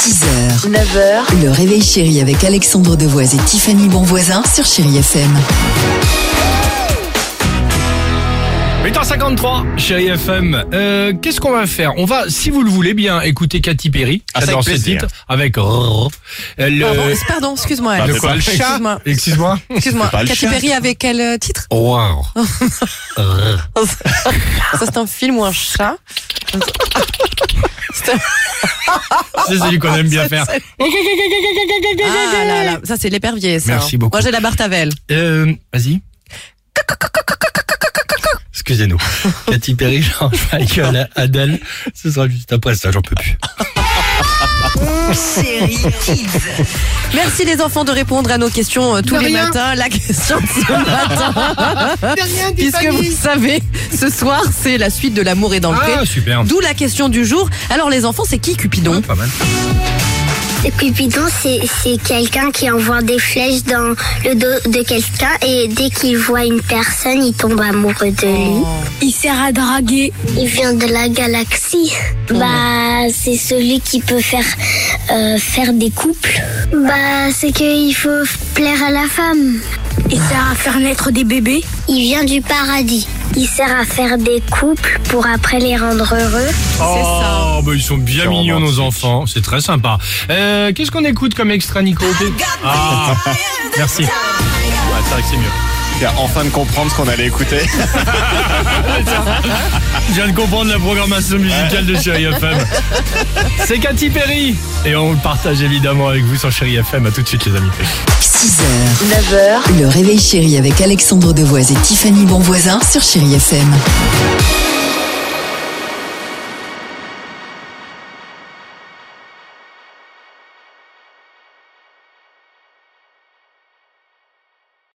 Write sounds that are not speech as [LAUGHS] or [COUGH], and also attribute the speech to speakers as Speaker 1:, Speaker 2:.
Speaker 1: 6h, 9h, le réveil chéri avec Alexandre Devoise et Tiffany Bonvoisin sur Chéri FM.
Speaker 2: 8h53, chérie FM. Euh, Qu'est-ce qu'on va faire On va, si vous le voulez bien, écouter Katy Perry.
Speaker 3: Ah, ça,
Speaker 2: J'adore ce
Speaker 3: avec plaisir.
Speaker 2: titre. Avec Rrrr. Euh,
Speaker 4: Pardon,
Speaker 2: le.
Speaker 4: pardon, excuse-moi.
Speaker 3: Bah,
Speaker 2: De
Speaker 3: c'est
Speaker 4: Alex.
Speaker 2: quoi
Speaker 3: pas
Speaker 2: Le
Speaker 3: le
Speaker 2: chat
Speaker 3: chat.
Speaker 4: Excuse-moi.
Speaker 2: Excuse-moi.
Speaker 4: Excuse-moi.
Speaker 3: C'est pas le
Speaker 4: Katy
Speaker 3: chien.
Speaker 4: Perry avec quel euh, titre
Speaker 2: Wow. Rrrr.
Speaker 4: Ça c'est un film ou un chat
Speaker 2: Ah, C'est celui qu'on aime bien
Speaker 4: C'est-
Speaker 2: faire.
Speaker 4: c'est- Ah là là, ça c'est l'épervier ça.
Speaker 2: Merci beaucoup.
Speaker 4: Moi j'ai la Bartavel.
Speaker 2: Euh, vas-y. Excusez-nous. [LAUGHS] Katy Perry, George Michael, Adèle. Ce sera juste après ça, j'en peux plus.
Speaker 4: Merci les enfants de répondre à nos questions euh, tous les matins. La question de ce matin, [LAUGHS] puisque vous savez, ce soir c'est la suite de l'amour et dans le pré.
Speaker 2: Ah, super.
Speaker 4: D'où la question du jour. Alors les enfants, c'est qui Cupidon
Speaker 2: Pas mal.
Speaker 5: Le Cupidon, c'est c'est quelqu'un qui envoie des flèches dans le dos de quelqu'un et dès qu'il voit une personne, il tombe amoureux de lui.
Speaker 6: Oh. Il sert à draguer. Oh.
Speaker 5: Il vient de la galaxie. Bah, c'est celui qui peut faire euh, faire des couples. Bah, c'est qu'il faut plaire à la femme.
Speaker 6: Il sert à faire naître des bébés.
Speaker 5: Il vient du paradis. Il sert à faire des couples pour après les rendre heureux.
Speaker 2: Oh, bah ils sont bien
Speaker 3: C'est
Speaker 2: mignons nos
Speaker 3: romantique.
Speaker 2: enfants, c'est très sympa. Euh, Qu'est-ce qu'on écoute comme extra Nico Ah, Merci. Ouais, c'est vrai que c'est mieux.
Speaker 3: Tiens, enfin de comprendre ce qu'on allait écouter.
Speaker 2: Je viens de comprendre la programmation musicale de Chéri FM. C'est Katy Perry et on le partage évidemment avec vous sur Chéri FM. À tout de suite les amis.
Speaker 1: 6h, 9h, le réveil chéri avec Alexandre Devoise et Tiffany Bonvoisin sur Chéri FM.